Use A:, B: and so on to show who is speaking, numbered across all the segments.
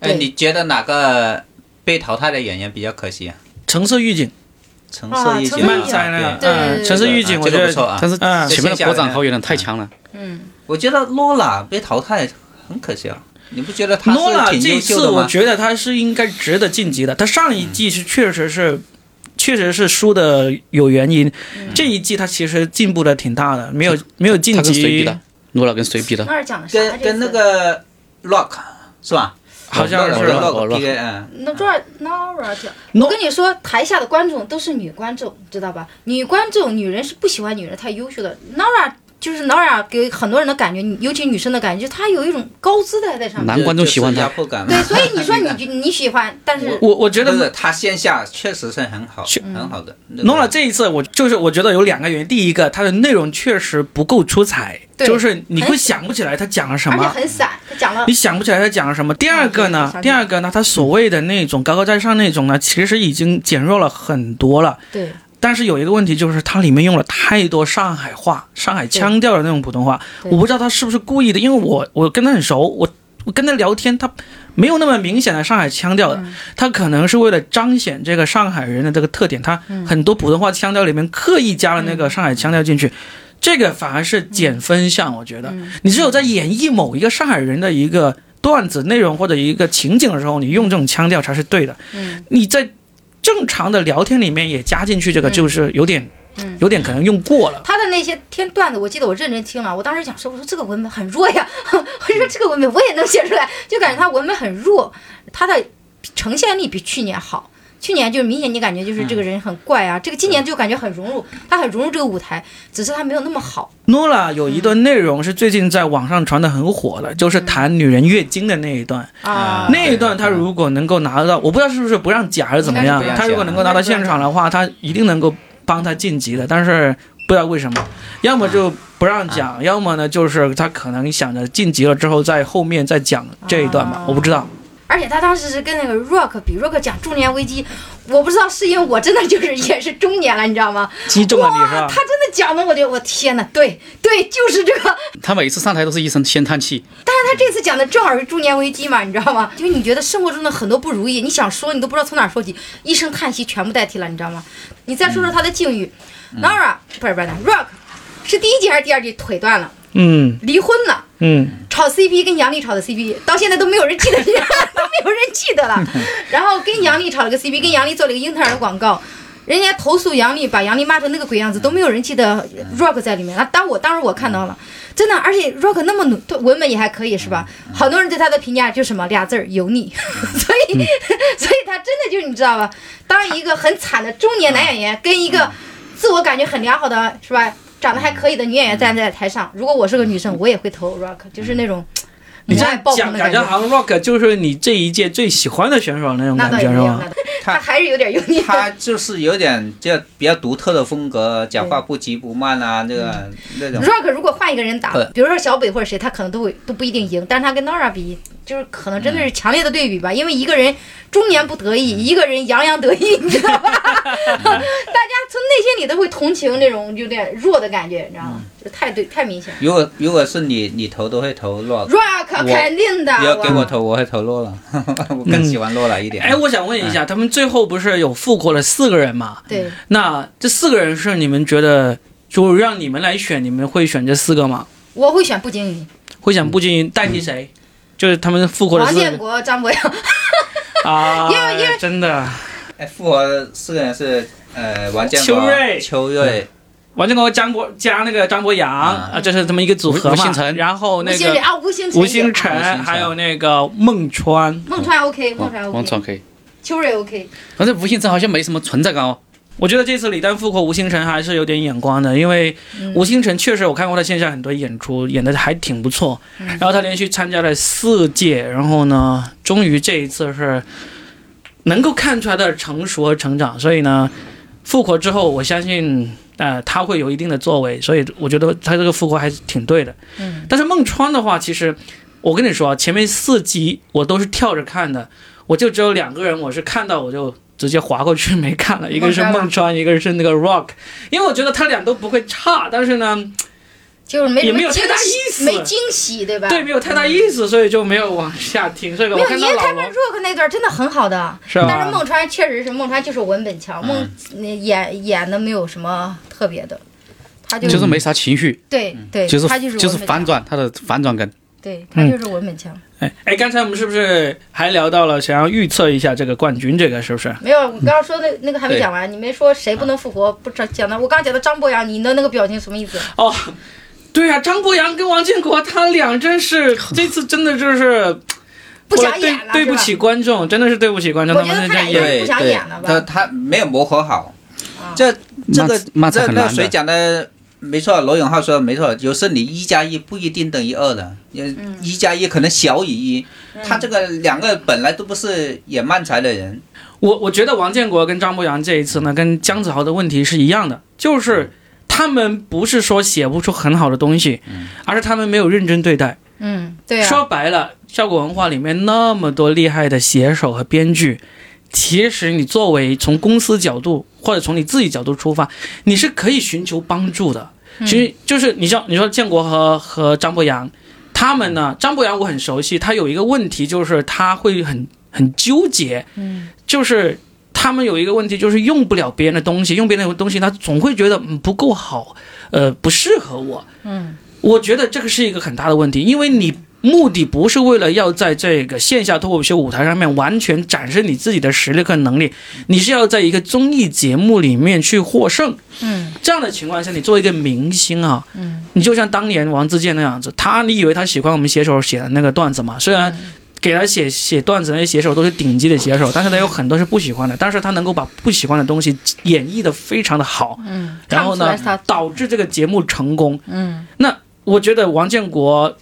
A: 对
B: 哎，你觉得哪个被淘汰的演员比较可惜啊？
C: 城市预警，
B: 橙色一
A: 啊橙
B: 姐，
A: 色
D: 漫
A: 预
D: 才呢？
A: 对
D: 嗯
C: 嗯，城市预警，
B: 啊
C: 我觉
B: 这个
C: 得
B: 不错啊
C: 但是
D: 嗯
C: 前面的国展好有点太强了。
A: 嗯，
B: 我觉得罗拉被淘汰很可惜啊，你不觉得她
C: 诺拉
B: 是挺
C: 这
B: 优
C: 一
B: 秀
C: 次
B: 的
C: 我
B: 吗？
C: 觉得他是应该值得晋级的，他上一季是确实是。确实是输的有原因，这一季他其实进步的挺大的，没有没有晋
D: 他跟谁比
C: 级，
D: 的？诺拉跟谁比的？
A: 那儿讲的啥？
B: 跟
A: 这
B: 跟
A: 次
B: 那个 Rock 是吧？
C: 好像
D: 哦
C: 是
D: 诺拉
C: 吧
B: Rock
D: 哦
B: PK，嗯，
A: 那这儿那儿啊讲，
C: No
A: 我跟你说，台下的观众都是女观众，知道吧？女观众，女人是不喜欢女人太优秀的。Nora 就是 Nora 给很多人的感觉，尤其女生的感觉，她有一种高姿态在上面。
D: 男观众
B: 就
D: 喜欢
B: 就是压
D: 他，
B: 迫感嘛。
A: 对，所以你说你就你喜欢，但是
C: 我我觉
B: 不
C: 得
B: 是他线下确实是很好，
C: 确
B: 很好的。那个
C: 诺拉这一次我就是我觉得有两个原因，第一个他的内容确实不够出彩，
A: 对
C: 就是你会
A: 很
C: 想不起来他讲了什
A: 而且
C: 么，
A: 很散，她讲了
C: 你想不起来他讲了什么。第二个
A: 啊
C: 呢
A: 对想，起
C: 第
A: 来
C: 二个呢，他所谓的那种高高在上那种呢，其实已经减弱了很多了。
A: 对
C: 但是有一个问题就是，它里面用了太多上海话、上海腔调的那种普通话，
A: 对
C: 我不知道他是不是故意的，因为我我跟他很熟，我我跟他聊天，他没有那么明显的上海腔调的，他可能是为了彰显这个上海人的这个特点，他很多普通话腔调里面刻意加了那个上海腔调进去。这个反而是减分项，我觉得你只有在演绎某一个上海人的一个段子内容或者一个情景的时候，你用这种腔调才是对的。
A: 嗯，
C: 你在正常的聊天里面也加进去
B: 嗯
C: 这个，就是有点，有点可能用过了。
A: 她的那些天段子，我记得我认真听了，我当时想说，我说这个文本很弱呀， 我说这个文本我也能写出来，就感觉她文本很弱，她的呈现力比去年好。去年就是明显你感觉就是这个人很怪
C: 嗯
A: 啊，这个今年就感觉很融入，她很融入这个舞台，只是她没有那么好。
C: 诺拉有一段内容是最近在网上传的很火的，就是谈女人月经的那一段。
A: 啊
B: 嗯，
C: 那一段他如果能够拿到，我不知道是不是不让假还是怎么样
B: 应该是不，让
C: 他如果能够拿到现场的话，他一定能够帮他晋级的。但是不知道为什么，要么就不让
B: 啊
C: 讲，要么呢就是他可能想着晋级了之后在后面再讲这一段吧
A: 啊，
C: 我不知道。
A: 而且他当时是跟那个 Rock 比，Rock 讲中年危机，我不知道是因为我真的就是也是中年了，你知道吗？
C: 击中了你是吧
A: 他？真的讲的，我就我天哪，对对，就是这个。
D: 他每次上台都是一声先叹气，
A: 他这次讲的正好是中年危机嘛，你知道吗？就是你觉得生活中的很多不如意，你想说你都不知道从哪儿说起，一声叹息全部代替了，你知道吗？你再说说他的境遇、n a r a 不是不是 Rock 是第一季还是第二季腿断了，
C: 嗯
A: 离婚了。
C: 嗯。
A: 炒 CP 跟杨笠炒的 CP，到现在都没有人记得， 都没有人记得了。然后跟杨笠炒了个 CP，跟杨笠做了一个英特尔的广告，人家投诉杨笠，把杨笠骂成那个鬼样子，都没有人记得 Rock 在里面。那当我当时我看到了，真的，而且 Rock 那么努，对文本也还可以是吧？
C: 嗯
A: 好多人对他的评价就是什么俩字儿油腻， 所以
C: 嗯
A: 所以他真的就是你知道吧？当一个很惨的中年男演员跟一
C: 嗯
A: 个自我感觉很良好的是吧？长得还可以的女演员站在台上，如果我是个女生，我也会投 Rock，就是那种
C: 嗯你这
A: 母爱
C: 样
A: 爆
C: 讲，
A: 棚的感
C: 感觉好像 Rock 就是你这一届最喜欢的选手那种
A: 那
C: 感
A: 倒也
C: 觉
A: 没
C: 是
A: 有，那
C: 吧
A: 倒？ 他
B: 他
A: 还是有点油 腻。
B: 他就是有点就比较独特的风格，讲话不急不慢啊，那个那种。
A: Rock 如果换一个人打
B: 对，
A: 比如说小北或者谁，他可能都会都不一定赢，但是他跟 Nora 比，就是可能真
C: 嗯
A: 的是强烈的对比吧，因为一个人中年不得意，一个人洋洋得意， 你知道吧？
C: 嗯
A: 大家从内心里都会同情这种有点弱的感觉，你知道吗？
C: 嗯
A: 就太对太明显了。
B: 如果如果是你，你投都会投洛，
A: Rock
B: 我
A: 肯定的，
B: 你要给
A: 哇
B: 我投，我会投洛了， 我更喜欢洛了一点。
D: 嗯
C: 哎，我想问一下，他们最后不是有复活了四个人嘛？
A: 对，
C: 那这四个人是你们觉得，就让你们来选，你们会选这四个吗？
A: 我会选步惊云，
C: 会选步惊云代替谁？就是他们复活了
A: 王
C: 四个
A: 建
C: 人
A: 国、张博洋，
C: 啊
A: 因为因为，
C: 真的，
B: 哎，复活四个人是呃王建国、
C: 邱瑞
B: 邱
D: 嗯
B: 瑞、
C: 王建国、张博加那个张博洋
B: 啊
C: 啊，这是他们一个组合
D: 吴吴
C: 嘛
D: 星辰？
C: 然后
A: 吴
C: 那
A: 星辰
C: 个
A: 啊，吴星辰也，
C: 吴星
B: 吴星
C: 辰，
B: 辰
C: 还有那个孟川，
A: 孟川 OK，孟
C: 嗯
A: 川
D: 王王
A: OK，
D: 传可以。
A: 秋瑞 OK，
D: 反正吴信真好像没什么存在感哦，
C: 我觉得这次李诞复活吴星辰还是有点眼光的，因为
A: 嗯
C: 吴星辰确实我看过他线下很多演出，演的还挺不错。然后他连续参加了四届，然后呢，终于这一次是能够看出来的成熟和成长，所以呢，复活之后我相信。呃，他会有一定的作为，所以我觉得他这个复活还是挺对的。嗯，但是孟川的话，其实我跟你说，啊前面四集我都是跳着看的，我就只有两个人，我是看到我就直接划过去没看了，一个是
A: 孟川
C: 孟川，一个是那个 Rock，因为我觉得他俩都不会差，但是呢，
A: 就是没什
C: 也
A: 么
C: 没有
A: 惊
C: 太大意
A: 喜，
C: 思
A: 没惊喜，对吧？
C: 对，没有太大意思，所以就没有往下听。所以
A: 没
C: 我
A: 有，
C: 看
A: 因
C: 到
A: 为
C: 老
A: 开门
C: 王嗯
A: rock 那段真的很好的，
C: 是吧
A: 但是孟川确实是孟川就是文本
C: 嗯
A: 强，孟那演演的没有什么特别的，他就
D: 就是没啥情绪，
A: 对
C: 嗯
A: 对，
D: 就是
A: 他就是
D: 就是
A: 文本强
D: 反，转，他的反转梗。
A: 对他就是文本强。
C: 哎哎，刚才我们是不是还聊到了想要预测一下这个冠军？这个是不是？
A: 没有，我刚刚说的那个还没讲完，你没说谁不能复活，不讲讲到我刚讲到张博洋，你的那个表情什么意思？
C: 哦，对啊，张博洋跟王建国他俩真 是这次真的就是
A: 不
C: 我
A: 想
C: 对
A: 演了，
C: 对
A: 是
C: 不
A: 吧
C: 起观众，真的是对不起观众，
A: 我
C: 他
A: 觉得
C: 们
A: 他
C: 在
A: 俩
C: 演。
A: 也
B: 对
A: 哎不想
B: 对
A: 演了，吧
B: 他他没有磨合好
A: 啊，
B: 这这个
D: 那
B: 这
D: 这很
B: 那
D: 难
B: 谁
D: 的。
B: 讲的没错？罗永浩说的没错，有时候你一加一不一定等于二的，也
A: 嗯
B: 一加一可能小于一。他这个两个本来都不是演漫才的人，
C: 我我觉得王建国跟张博洋这一次呢，跟姜子豪的问题是一样的，就是他们不是说写不出很好的东西，而是他们没有认真对待。
A: 嗯，对啊，
C: 说白了，效果文化里面那么多厉害的写手和编剧，其实你作为从公司角度或者从你自己角度出发，你是可以寻求帮助的。
A: 嗯
C: 其实就是你像你说建国和和张博洋，他们呢，
A: 嗯
C: 张博洋我很熟悉，他有一个问题就是他会很很纠结，
A: 嗯，
C: 就是。他们有一个问题，就是用不了别人的东西，用别人的东西，他总会觉得嗯不够好，呃，不适合我。
A: 嗯，
C: 我觉得这个是一个很大的问题，因为你目的不是为了要在这个线下脱口秀舞台上面完全展示你自己的实力和能力，你是要在一个综艺节目里面去获胜。
A: 嗯，
C: 这样的情况下，你作为一个明星啊，
A: 嗯，
C: 你就像当年王自健那样子，他你以为他喜欢我们写手写的那个段子吗？虽然。给他写写段子那些写手都是顶级的写手，但是他有很多是不喜欢的，但是他能够把不喜欢的东西演绎的非常的好，
A: 嗯，
C: 然后呢
A: 看不出来他，
C: 导致这个节目成功。
A: 嗯，
C: 我觉得王建国、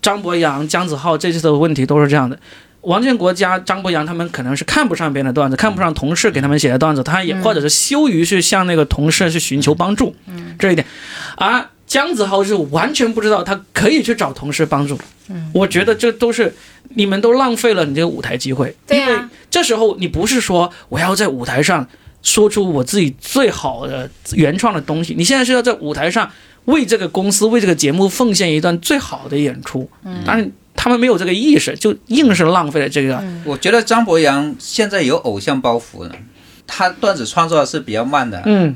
C: 张博洋、姜子浩这次的问题都是这样的。王建国加张博洋，他们可能是看不上别人的段子，看不上同事给他们写的段子，他也或者是羞于去向那个同事去寻求帮助，嗯，这一点。而姜子浩是完全不知道他可以去找同事帮助，嗯，我觉得这都是你们都浪费了你这个舞台机会，
A: 对
C: 因为
A: 呀，
C: 这时候你不是说我要在舞台上说出我自己最好的原创的东西，你现在是要在舞台上为这个公司、为这个节目奉献一段最好的演出。嗯，但是他们没有这个意识，就硬是浪费了这个。
B: 我觉得张博洋现在有偶像包袱了，他段子创作是比较慢的，
C: 嗯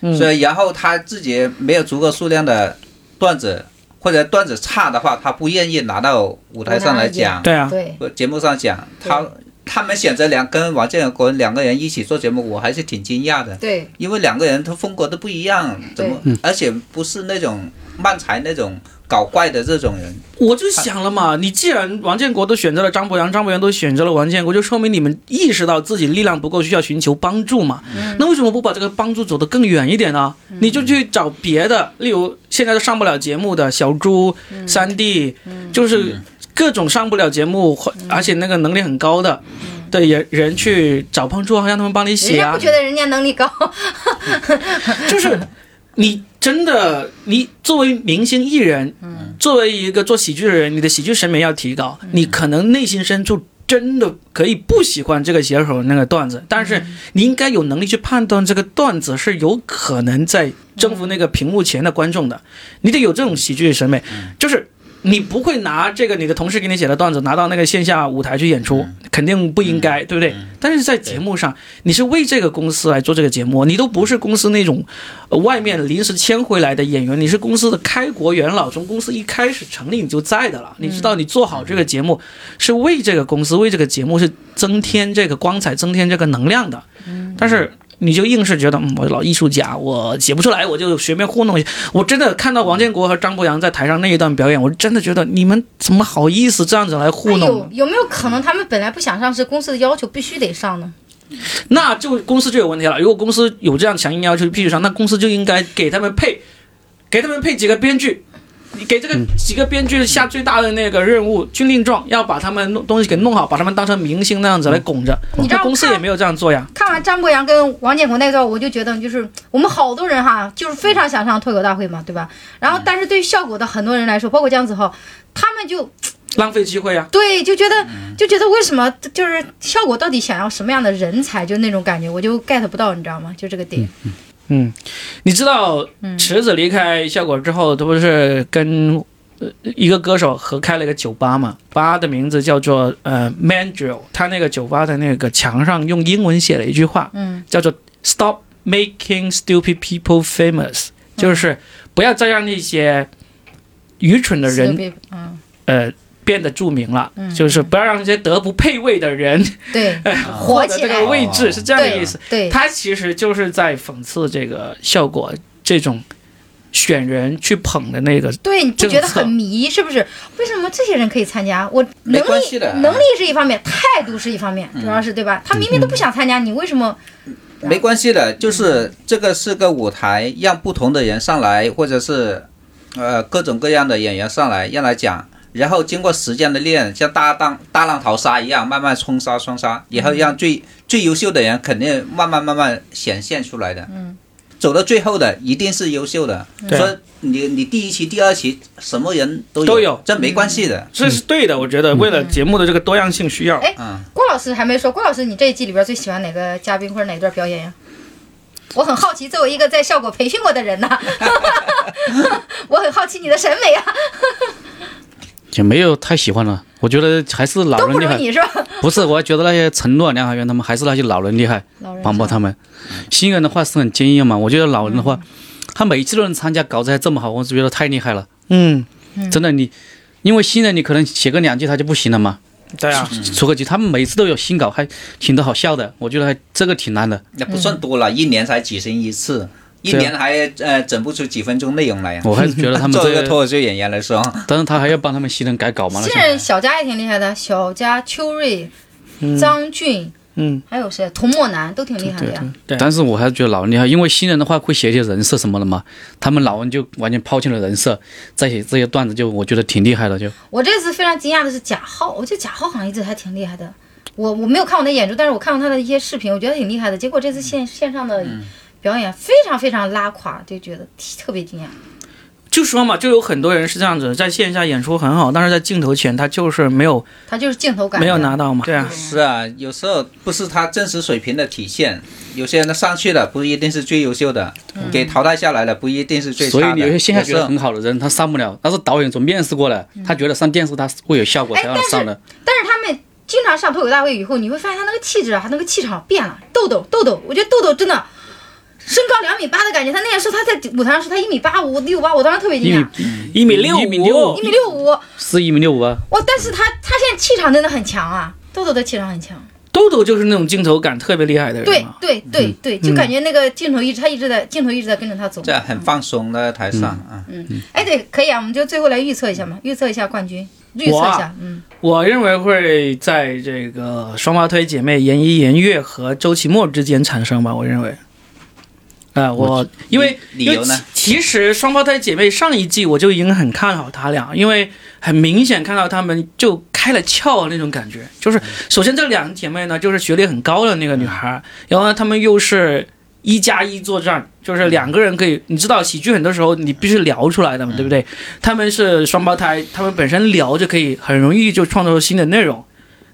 C: 嗯
B: 所以然后他自己没有足够数量的段子，或者段子差的话，他不愿意拿到舞台上来讲，
C: 对啊，
A: 对，
B: 不节目上讲，他他们选择两跟王建国两个人一起做节目，我还是挺惊讶的，
A: 对，
B: 因为两个人他风格都不一样，怎么
C: 嗯
B: 而且不是那种漫才那种搞怪的这种人，
C: 我就想了嘛，你既然王建国都选择了张博洋，张博洋都选择了王建国，就说明你们意识到自己力量不够，需要寻求帮助嘛。
A: 嗯
C: 那为什么不把这个帮助走得更远一点呢？你就去找别的，例如现在都上不了节目的小猪、
A: 嗯
C: 三弟，就是各种上不了节目，或
A: 嗯
C: 而且那个能力很高的。的人人去找帮助啊，让他们帮你
A: 人
C: 写
A: 家
C: 啊
A: 不，觉得人家能力高，
C: 就是你真的，你作为明星艺人，作为一个做喜剧的人，你的喜剧审美要提高。你可能内心深处真的可以不喜欢这个写手那个段子，但是你应该有能力去判断这个段子是有可能在征服那个屏幕前的观众的。你得有这种喜剧审美，就是。你不会拿这个你的同事给你写的段子拿到那个线下舞台去演出，肯定不应该，对不对？但是在节目上，你是为这个公司来做这个节目，你都不是公司那种呃外面临时签回来的演员，你是公司的开国元老，从公司一开始成立你就在的了。你知道你做好这个节目，是为这个公司、为这个节目是增添这个光彩、增添这个能量的。但是你就硬是觉得，嗯，我老艺术家，我写不出来，我就随便糊弄一下。我真的看到王建国和张博洋在台上那一段表演，我真的觉得你们怎么好意思这样子来糊
A: 那
C: 弄
A: 有
C: 呢？
A: 哎有没有可能他们本来不想上，是公司的要求必须得上呢？
C: 那就公司就有问题了。如果公司有这样强硬要求必须上，那公司就应该给他们配，给他们配几个编剧。你给这个几个编剧下最大的那个任务，军令状，要把他们弄东西给弄好，把他们当成明星那样子来拱着。
A: 你知道
C: 那公司
A: 看
C: 也没有这样做呀。
A: 看完张博洋跟王建国那段，我就觉得就是我们好多人哈，就是非常想上脱口大会嘛，对吧？然后，但是对于效果的很多人来说，包括姜子浩，他们就
C: 浪费机会呀、
A: 对就觉得就觉得为什么就是效果到底想要什么样的人才，就那种感觉，我就 get 不到，你知道吗？就这个点。
C: 嗯，你知道
A: 嗯
C: 池子离开效果之后，他不是跟呃一个歌手合开了一个酒吧嘛？吧的名字叫做呃 Mandrill，他那个酒吧的那个墙上用英文写了一句话，
A: 嗯，
C: 叫做 “Stop making stupid people famous”，就是
A: 嗯
C: 不要再让那些愚蠢的人
A: 别嗯，
C: 呃变得著名了，就是不要让这些德不配位的人
A: 对， 火
C: 获得
A: 起
C: 这
A: 来
C: 个，位置，
B: 哦
C: 是这样的意思。
A: 对，
C: 他其实就是在讽刺这个效果这种选人去捧的那个，
A: 对，你不
C: 政
A: 觉得
C: 策
A: 很迷是不是？为什么这些人可以参加？我
B: 没
A: 能
B: 关
A: 力
B: 系的
A: 能力是一方面，态度是一方面，主要是对吧？他明明都不想参加，你为什么？
B: 没关系的，就是这个是个舞台，让不同的人上来，或者是呃各种各样的演员上来，让来讲，然后经过时间的练，像大浪大浪淘沙一样，慢慢冲杀双杀，以后让
C: 嗯
B: 最最优秀的人肯定慢慢慢慢显现出来的。嗯，走到最后的一定是优秀的。
C: 嗯对
B: 说你你第一期、第二期什么人都
C: 都有嗯
B: 这没关系的。
C: 这是对的。我觉得为了节目的这个多样性需要，
A: 哎
B: 嗯，
A: 郭老师还没说，郭老师，你这一季里边最喜欢哪个嘉宾或者哪段表演呀？ 我很好奇，作为一个在效果培训过的人呐、我很好奇你的审美啊，
D: 也没有太喜欢了。我觉得还是老
A: 都
D: 人
A: 不
D: 厉
A: 如
D: 害，
A: 你是吧？
D: 不是？我觉得那些陈诺、梁海源他们还是那些老人厉害，
A: 老人
D: 帮帮他们。新人的话是很坚硬嘛，我觉得老人的话，
A: 嗯
D: 他每一次都能参加，搞得还这么好，我只觉得太厉害了。
C: 嗯，
D: 真的，你因为新人你可能写个两句他就不行了嘛，
C: 对啊，
B: 嗯
D: 出个局他们每次都有新稿，还挺多好笑的，我觉得还这个挺 难的。
B: 那不算多
C: 嗯
B: 了，一年才举行一次，一
D: 对啊
B: 年还呃整不出几分钟内容来呀。啊
D: 我还是觉得他们
B: 作为一个
D: 这，
B: 脱口秀演员来 说，
D: 但是他还要帮他们新人改稿嘛，那
A: 新
D: 些
A: 人小佳也挺厉害的，小佳、秋瑞、张俊，
C: 嗯，
A: 还有谁？童漠南都挺厉害的呀。
C: 对
D: 但是我还是觉得老人厉害，因为新人的话会写一些人设什么的嘛，他们老人就完全抛弃了人设，再写这些段子就我觉得挺厉害的，就
A: 我这次非常惊讶的是贾浩，我觉得贾浩好像一直还挺厉害的。我我没有看过他演出，但是我看过他的一些视频，我觉得挺厉害的。结果这次线线上的表演非常非常拉垮，就觉得特别惊讶。
C: 就说嘛，就有很多人是这样子，在线下演出很好，但是在镜头前他就是没有
A: 他就是镜头感
C: 没有拿到嘛，对啊，
B: 是啊，有时候不是他真实水平的体现，有些人他上去了不一定是最优秀的，给淘汰下来了不一定是最
D: 所以
B: 差的。
D: 有些线下觉
B: 有时
D: 得
B: 候
D: 很好的人他上不了，但是导演总面试过了，
B: 嗯
D: 他觉得上电视他会有效果
B: 哎
D: 才让他上的。
A: 但是他们经常上脱口大会以后，你会发现他那个气质啊，他那个气场变了。豆豆，豆豆，我觉得豆豆真的身高两米八的感觉。他那个时候他在舞台上说他一米八五六八，我当时特别惊
D: 一
A: 讶，
C: 一米
D: 米
C: 六
D: 嗯一米六
A: 一米六五。
D: 是一米六五啊，
A: 哇，但是他他现在气场真的很强啊，豆豆的气场很强。
C: 豆豆就是那种镜头感特别厉害的人啊
A: 对
C: 嘛，嗯
A: 对对对，就感觉那个镜头一直他一直在镜头一直在跟着他走。
B: 这样很放松的台上
D: 嗯
B: 啊，
C: 嗯
A: 哎，对，可以啊，我们就最后来预测一下嘛，预测一下冠军，预测一下，嗯，
C: 我认为会在这个双胞胎姐妹严一、严月和周奇墨之间产生吧。我认为，啊、我因为
B: 理理由呢
C: 因为其其实双胞胎姐妹上一季我就已经很看好她俩，因为很明显看到她们就开了窍那种感觉。就是首先这两姐妹呢，就是学历很高的那个女孩，然后呢，她们又是。一加一作战，就是两个人可以，你知道喜剧很多时候你必须聊出来的嘛，对不对？他们是双胞胎，他们本身聊就可以很容易就创作出新的内容。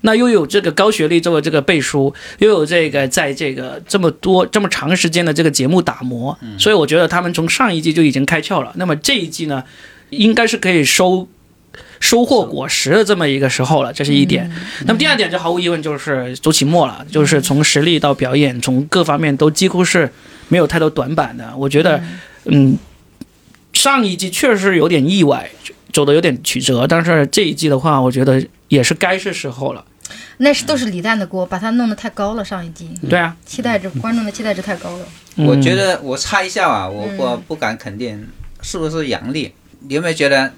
C: 那又有这个高学历作为这个背书，又有这个在这个这么多这么长时间的这个节目打磨，所以我觉得他们从上一季就已经开窍了。那么这一季呢，应该是可以收收获果实的这么一个时候了，这是一
A: 嗯
C: 点。那么第二点就毫无疑问就是周奇墨了，就是从实力到表演，从各方面都几乎是没有太多短板的。我觉得，嗯，上一季确实有点意外，走的有点曲折，但是这一季的话，我觉得也是该是时候了。
A: 那是都是李诞的锅，把他弄得太高了，上一季
C: 对啊，
A: 期待值观众的期待值太高了，
D: 嗯
B: 我觉得我猜一下啊，我我不敢肯定是不是杨笠，你有没有觉得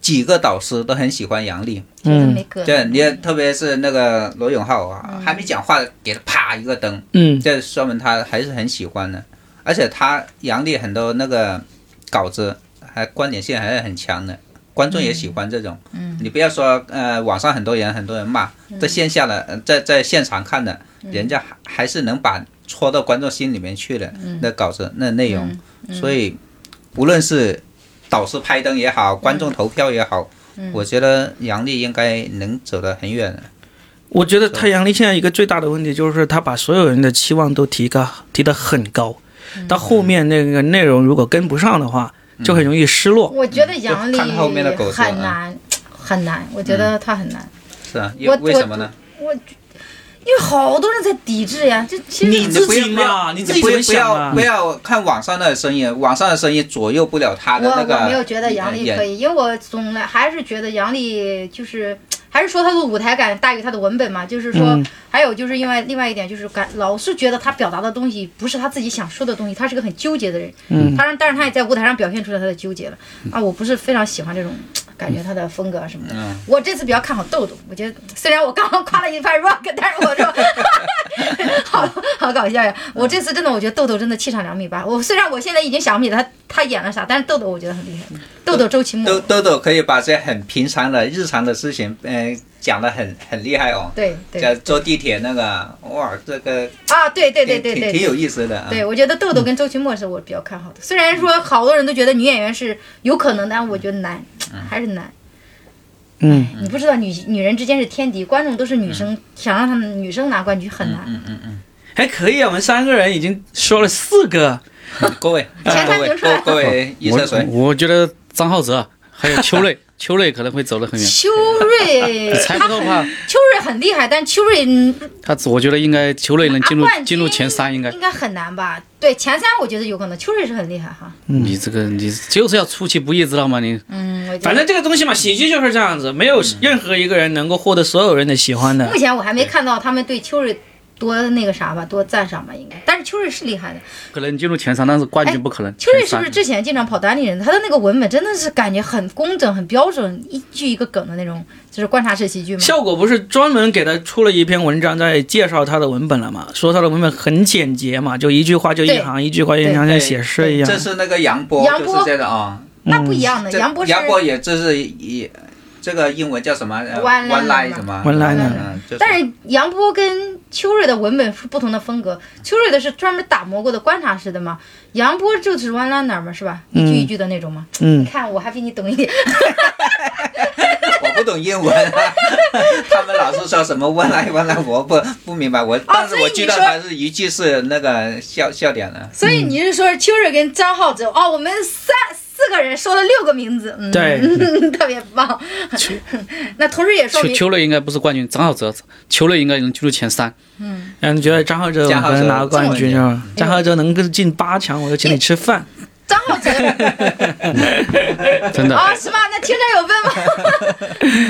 B: 几个导师都很喜欢杨笠？
C: 嗯
A: 觉得没个，
B: 对，你也特别是那个罗永浩
D: 嗯
B: 啊，还没讲话，给他啪一个灯，
C: 嗯，
B: 这说明他还是很喜欢的，而且他杨笠很多那个稿子还观点性还是很强的，观众也喜欢这种。嗯，你不要说呃，网上很多人很多人骂，在线下的呃在在现场看的，人家还还是能把戳到观众心里面去的那稿子那内容，
A: 嗯
B: 所以无论是导师拍灯也好，观众投票也好。
A: 嗯
B: 我觉得杨笠应该能走得很远的，
C: 我觉得太阳力现在一个最大的问题就是他把所有人的期望都提高，提得很高。到后面那个内容如果跟不上的话，就很容易失落。
A: 我觉得杨丽
B: 就看后面的狗啊子
A: 很难，很难，我
C: 嗯
A: 觉得他很难，
B: 是啊，因
A: 我
B: 为
A: 我
B: 什么呢？
A: 因为好多人在抵制呀，就其
C: 你
A: 实
C: 自
B: 不
C: 己嘛，
B: 要
C: 你
B: 你
C: 自己
B: 不
C: 怎
B: 要
C: 么
B: 不
C: 想
B: 要
C: 啊
B: 不？要看网上的声音，网上的声音左右不了他的
A: 我
B: 那个。呃
A: 我没有觉得杨丽可
B: 以。
A: 以，因为我总来还是觉得杨丽就是。还是说她的舞台感大于她的文本嘛？就是说，
C: 嗯
A: 还有就是另外另外一点就是感，老是觉得她表达的东西不是她自己想说的东西，她是个很纠结的人。
C: 嗯
A: 她让，但是她也在舞台上表现出来她的纠结了啊！我不是非常喜欢这种感觉，她的风格啊什么的。
B: 嗯，
A: 我这次比较看好豆豆，我觉得虽然我刚刚夸了一番 Rock，但是我说 好好搞笑呀！我这次真的，我觉得豆豆真的气场两米八。我虽然我现在已经想不起他他演了啥，但是豆豆我觉得很厉害。豆豆周奇墨
B: 豆，豆豆可以把这些很平常的日常的事情，嗯、讲的很很厉害哦。
A: 对对
B: 像坐地铁那个，哇，这个
A: 啊，对对对
B: 挺
A: 对
B: 挺
A: 对
B: 挺
A: 对。
B: 有意思的啊。
A: 对，我觉得豆豆跟周奇墨是我比较看好的。虽然说好多人都觉得女演员是有可能，但我觉得难，还是难。
C: 嗯，
A: 你不知道女女人之间是天敌，观众都是女生，想让他们女生拿冠军很难。
B: 嗯嗯嗯，
C: 还可以啊，我们三个人已经说了四个，
B: 嗯各位，
A: 前
B: 各
A: 三名
B: 位，
A: 出来
B: 各各位，哎一车水，
D: 我我觉得张浩哲啊还有邱瑞，邱瑞可能会走得很远。，
A: 秋瑞
D: 猜不
A: 他
D: 透
A: 很
D: 吧？
A: 秋瑞很厉害，但秋瑞嗯
D: 他我觉得应该邱瑞能进入
A: 啊拿冠军
D: 进入前三，应该。
A: 应该很难吧？对，前三我觉得有可能，秋瑞是很厉害哈。
D: 你这个你就是要出其不意，知道吗？你
A: 嗯，我觉
C: 反
A: 得
C: 正这个东西嘛，喜剧就是这样子，没有任何一个人能够获得所有人的喜欢的
A: 目。前我还没看到他们对秋瑞多那个啥吧，多赞赏吧，应该。但是秋瑞是厉害的，
D: 可能进入前三，但是冠
A: 哎
D: 军不可能。
A: 秋瑞
D: 前
A: 是
D: 三
A: 不是之前经常跑单立人？他的那个文本真的是感觉很工整、很标准，一句一个梗的那种，就是观察式喜剧嘛。
C: 效果不是专门给他出了一篇文章在介绍他的文本了嘛？说他的文本很简洁嘛，就一句话就一
A: 对
C: 行，一句话就一
A: 对
C: 行，像写诗一样。
B: 这是那个杨波，
A: 杨
B: 就
A: 波
B: 是这个啊。
A: 那不一样的，
B: 嗯这
A: 杨波是
B: 杨波也这是一这个英文叫什么呃
A: One
B: ？One
A: liner
B: line 什么
C: One liner
B: 嗯，就是
A: 但是杨波跟秋瑞的文本是不同的风格，秋瑞的是专门打磨过的观察式的嘛，杨波就是 one liner 嘛，是吧？一句一句的那种嘛。
C: 嗯
A: 你，看我还比你懂一点，
D: 嗯
B: 我不懂英文、 啊，他们老是说什么 One line One line，我不不明白。我但是
A: 哦所以
B: 我
A: 你
B: 知道
A: 说
B: 他是一句是那个笑笑点了。
A: 所以你是说秋瑞跟张浩哲哦，我们三四个人说了六个名字，嗯，
C: 对，
A: 特别棒。 那同时也说
D: 邱
A: 明，
D: 邱瑞应该不是冠军，张浩哲邱瑞应该能进入前三。
C: 然后你觉得张浩哲有可能拿冠军是吧？张
A: 张
C: 浩
A: 浩
C: 哲能够进八强，我就请你吃饭。
A: 张浩 哲
D: 真的，
A: 啊，是吧？那听着有问吗？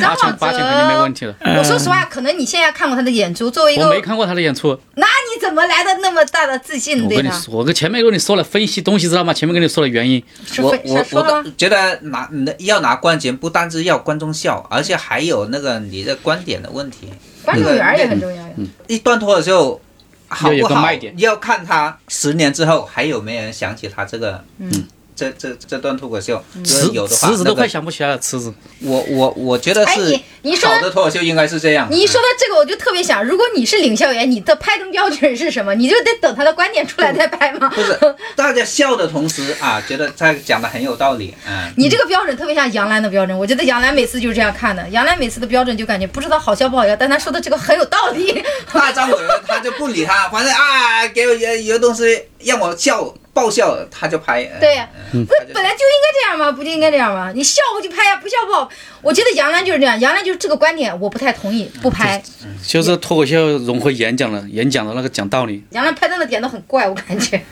A: 张
D: 八
A: 浩
D: 强八强肯定没问
A: 哲，
D: 题了。
A: 我说实话，可能你现在看过他的演出，作为一
D: 我没
A: 个，
D: 看过他的演出，
A: 那你怎么来的那么大的自信
D: 我
A: 对
D: 跟你
A: 他？
D: 说，我跟前面跟你说了分析东西，知道吗？前面跟你说了原因，
A: 是
B: 我
A: 非
B: 我
A: 说了
B: 我
A: 吗？
B: 觉得拿要拿冠军，不单是要观众笑，而且还有那个你的观点的问题。
A: 观众缘儿也很重要呀。
B: 一段脱口秀好
D: 要
B: 不
D: 有个
B: 好
D: 卖点，
B: 要看他十年之后还有没有人想起他这个，嗯，这这这段脱口秀，
A: 嗯
B: 如
D: 辞
B: 果有的话，
D: 辞职都
B: 那
D: 快
B: 个
D: 想不起来了，辞职。
B: 我我我觉得
A: 哎，
B: 是
A: 你你说
B: 好
A: 的
B: 的脱口秀应该是这样。
A: 你一说到这个，我就特别想，如果你是领笑员，你的拍灯标准是什么？你就得等他的观点出来再拍吗？
B: 不是， 大家笑的同时啊，觉得他讲的很有道理，嗯，
A: 你这个标准特别像杨澜的标准，我觉得杨澜每次就是这样看的。杨澜每次的标准就感觉不知道好笑不好笑，但他说的这个很有道
B: 嗯
A: 理。
B: 大张伟他就不理他，反正啊，给我有有东西让我笑爆笑，他就拍。嗯
A: 对呀
B: 嗯
A: 不
B: 他
A: 是
B: 就
A: 本来就应该这样吗？不就应该这样吗？你笑我就拍呀，不笑不好。我觉得杨澜就是这样，杨澜就是这个观点我不太同意，不拍。
D: 就是脱口秀融合演讲了，演讲的那个讲道理。
A: 杨澜拍灯的点都很怪，我 感觉。
C: 嗯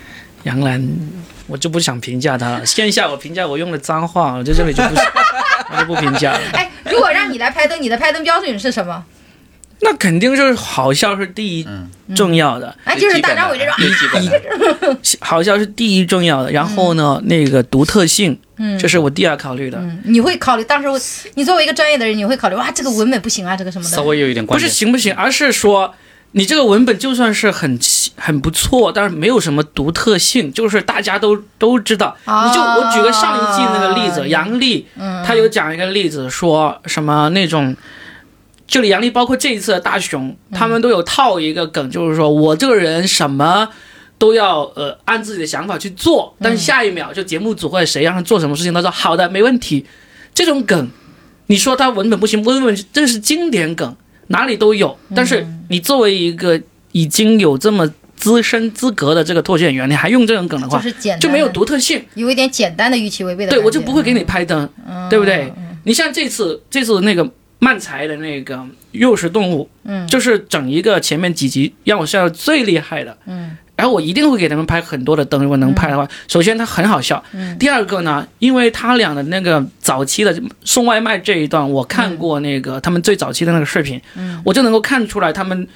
C: 杨澜，我就不想评价他了。线下我评价我用了脏话，我在这里就 不，我就不评价了。
A: 哎，如果让你来拍灯，你的拍灯标准是什么？
C: 那肯定就是好笑是第一重要的，
A: 啊，就是大张伟这种。
B: 最基本的，
A: 嗯
C: 好笑是第一重要的。然后呢，那个独特性，这是我第二考虑的。
A: 嗯你会考虑当时我，你作为一个专业的人，你会考虑哇，这个文本不行啊，这个什么的。
D: 稍微有一点
C: 不
D: 关
C: 是
D: 系。
C: 行不行，而是说你这个文本就算是很奇很不错，但是没有什么独特性，就是大家都都知道。
A: 啊嗯
C: 你就我举个上一季那个例子，杨笠，他有讲一个例子，说什么那种。这里杨笠包括这一次的大熊，
A: 嗯
C: 他们都有套一个梗，就是说我这个人什么都要呃按自己的想法去做，
A: 嗯
C: 但是下一秒就节目组或者谁让他做什么事情，他说好的没问题，这种梗，你说他文本不行，文本这
A: 嗯
C: 是经典梗，哪里都有。但是你作为一个已经有这么资深资格的这个脱口秀演员，你还用这种梗的
A: 就
C: 话，
A: 是简单
C: 就没有
A: 的
C: 独特性。
A: 有一点简单的预期违背的感
C: 对
A: 觉，
C: 我就不会给你拍灯，对不对
A: 嗯？？
C: 你像这次这次那个漫才的那个幼时动物，
A: 嗯
C: 就是整一个前面几集让我笑到最厉害的，
A: 嗯，
C: 然后我一定会给他们拍很多的灯，如果能拍的话，首先它很好笑，
A: 嗯
C: 第二个呢，因为他俩的那个早期的送外卖这一段，我看过那个、他们最早期的那个视频，
A: 嗯
C: 我就能够看出来他们。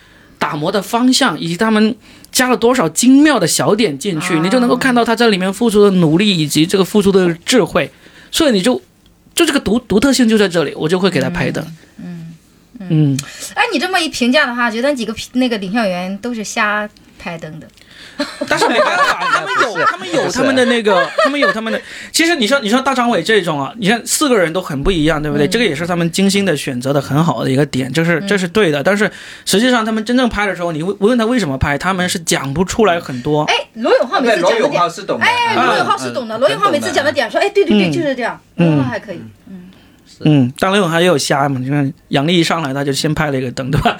C: 打磨的方向，以及他们加了多少精妙的小点进去，
A: 啊
C: 你就能够看到他在里面付出的努力以及这个付出的智慧，所以你就就这个独独特性就在这里，我就会给他拍的。嗯
A: 哎，你这么一评价的话，觉得几个评那个领笑员都是瞎拍灯的，
C: 但是没办法，啊他们有他们有他们的那个， 他们有他们的。其实你说你说大张伟这种啊，你看四个人都很不一样，对不对？这个也是他们精心的选择的很好的一个点，这是这是对的。但是实际上他们真正拍的时候，你问问他为什么拍，他们是讲不出来很多。
A: 哎，罗永浩每
B: 对，
A: 次
B: 罗
A: 讲的
B: 永
A: 点
B: 浩，是懂的，嗯
A: 哎，罗永浩是懂的，罗永浩每次讲的点说，哎，对对对，
C: 嗯
A: 就是这样，罗
C: 嗯
A: 永浩还可以，
C: 嗯，但刘永汉也有瞎嘛，你看杨笠一上来他就先拍了一个灯，对吧？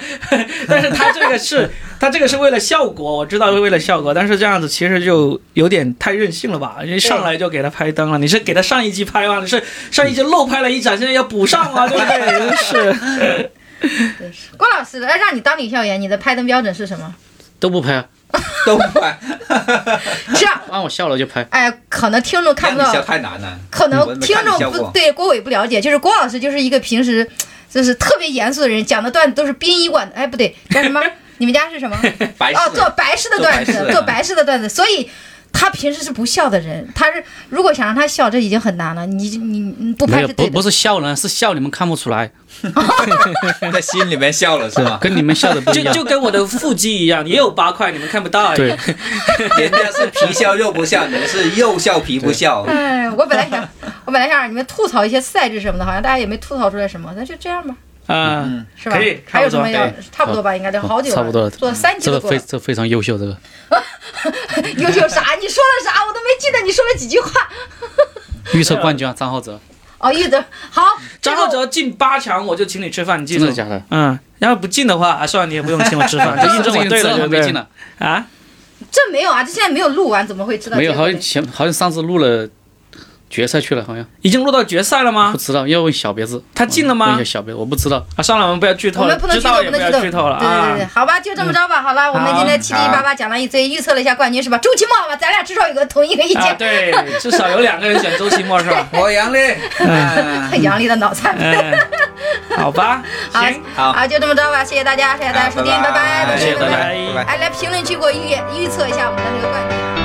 C: 但是他这个是他这个是为了效果，我知道是为了效果，但是这样子其实就有点太任性了吧？因为上来就给他拍灯了，你是给他上一季拍吗？你是上一季漏拍了一盏，现在要补上吗？对不对？是，
A: 对。郭老师，哎，让你当领笑员，你的拍灯标准是什么？
D: 都不拍，
B: 都快，
A: 这样，
D: 让我笑了就拍。
A: 啊哎，可能听众看
B: 让
A: 不
B: 你笑
A: 到，
B: 太难了，
A: 可
B: 我
A: 能
B: 没
A: 听
B: 看你笑
A: 众
B: 过
A: 不对郭伟不了解，就是郭老师就是一个平时就是特别严肃的人，讲的段子都是殡仪馆的，哎，不对，叫什么？你们家是什么？
B: 白
A: 哦，
B: 痴
A: 做白事的段子
B: 做白事，嗯的
A: 做白事的段子，所以。他平时是不笑的人，他是如果想让他笑，这已经很难了。你你你不
D: 没
A: 拍
D: 有，
A: 是对
D: 不
A: 的，
D: 不是笑呢，是笑你们看不出来，
B: 在心里面笑了是 吧？
D: 跟你们笑的不
C: 就
D: 一样。
C: 就跟我的腹肌一样，也有八块，你们看不到。
D: 对，
B: 人家是皮笑肉不笑，你是肉笑皮不笑，
A: 哎，我本来想，我本来想让你们吐槽一些赛制什么的，好像大家也没吐槽出来什么，那就这样吧，
C: 啊、
B: 嗯
A: 是吧？
C: 可以
A: 还有什么
C: 差不多
A: 要
C: 可
A: 差不多吧？应该都 好久了，
D: 差不多了
A: 做三期
D: 这
A: 都
D: 个
A: 过
D: 非
A: 了。
D: 这非常优秀，这个
A: 优秀啥？你说了啥？我都没记得你说了几句话。
D: 预测冠军啊，张浩哲，
A: 哦，玉德，好，
C: 张浩哲进八强，我就请你吃饭，你记
D: 真
C: 住
D: 的。假的？
C: 嗯，要不进的话，啊，算了，你也不用请我吃饭，就印证我对了，对
D: 还
C: 不
D: 没进
C: 对？
D: 呢，
C: 啊，
A: 这没有啊，这现在没有录完，怎么会知道
D: 没
A: 结
D: 有，
A: 果呢？
D: 好像前好像上次录了决赛去了，好像
C: 已经落到决赛了吗
D: 不？知道，要问小别子，
C: 啊他进了吗
D: 问一下小别子，我不知道。
C: 啊，算了，我们不要剧透
A: 我
C: 了，
A: 们不能
C: 知
A: 剧透，
C: 道
A: 不
C: 也
A: 能剧
C: 要
A: 透。
C: 剧透了
A: 对对对对，
C: 啊。
A: 好吧，就这么着吧。好了，我们今天七零八八讲了一堆，预测了一下冠军是吧？周奇墨吧，咱俩至少有个同一个意
C: 啊，
A: 见。
C: 对，至少有两个人选周奇墨是吧？
B: 我杨丽，嗯
A: 杨丽的脑残。
C: 嗯，好吧，
A: 好
C: 行，
B: 好，
A: 好，就这么着吧，谢谢大家，谢谢大家收听，
B: 嗯拜
A: 拜拜，
B: 谢谢，
C: 拜
B: 拜
C: 拜
B: 拜，拜拜。
A: 哎，来评论区给我预预测一下我们的这个冠军。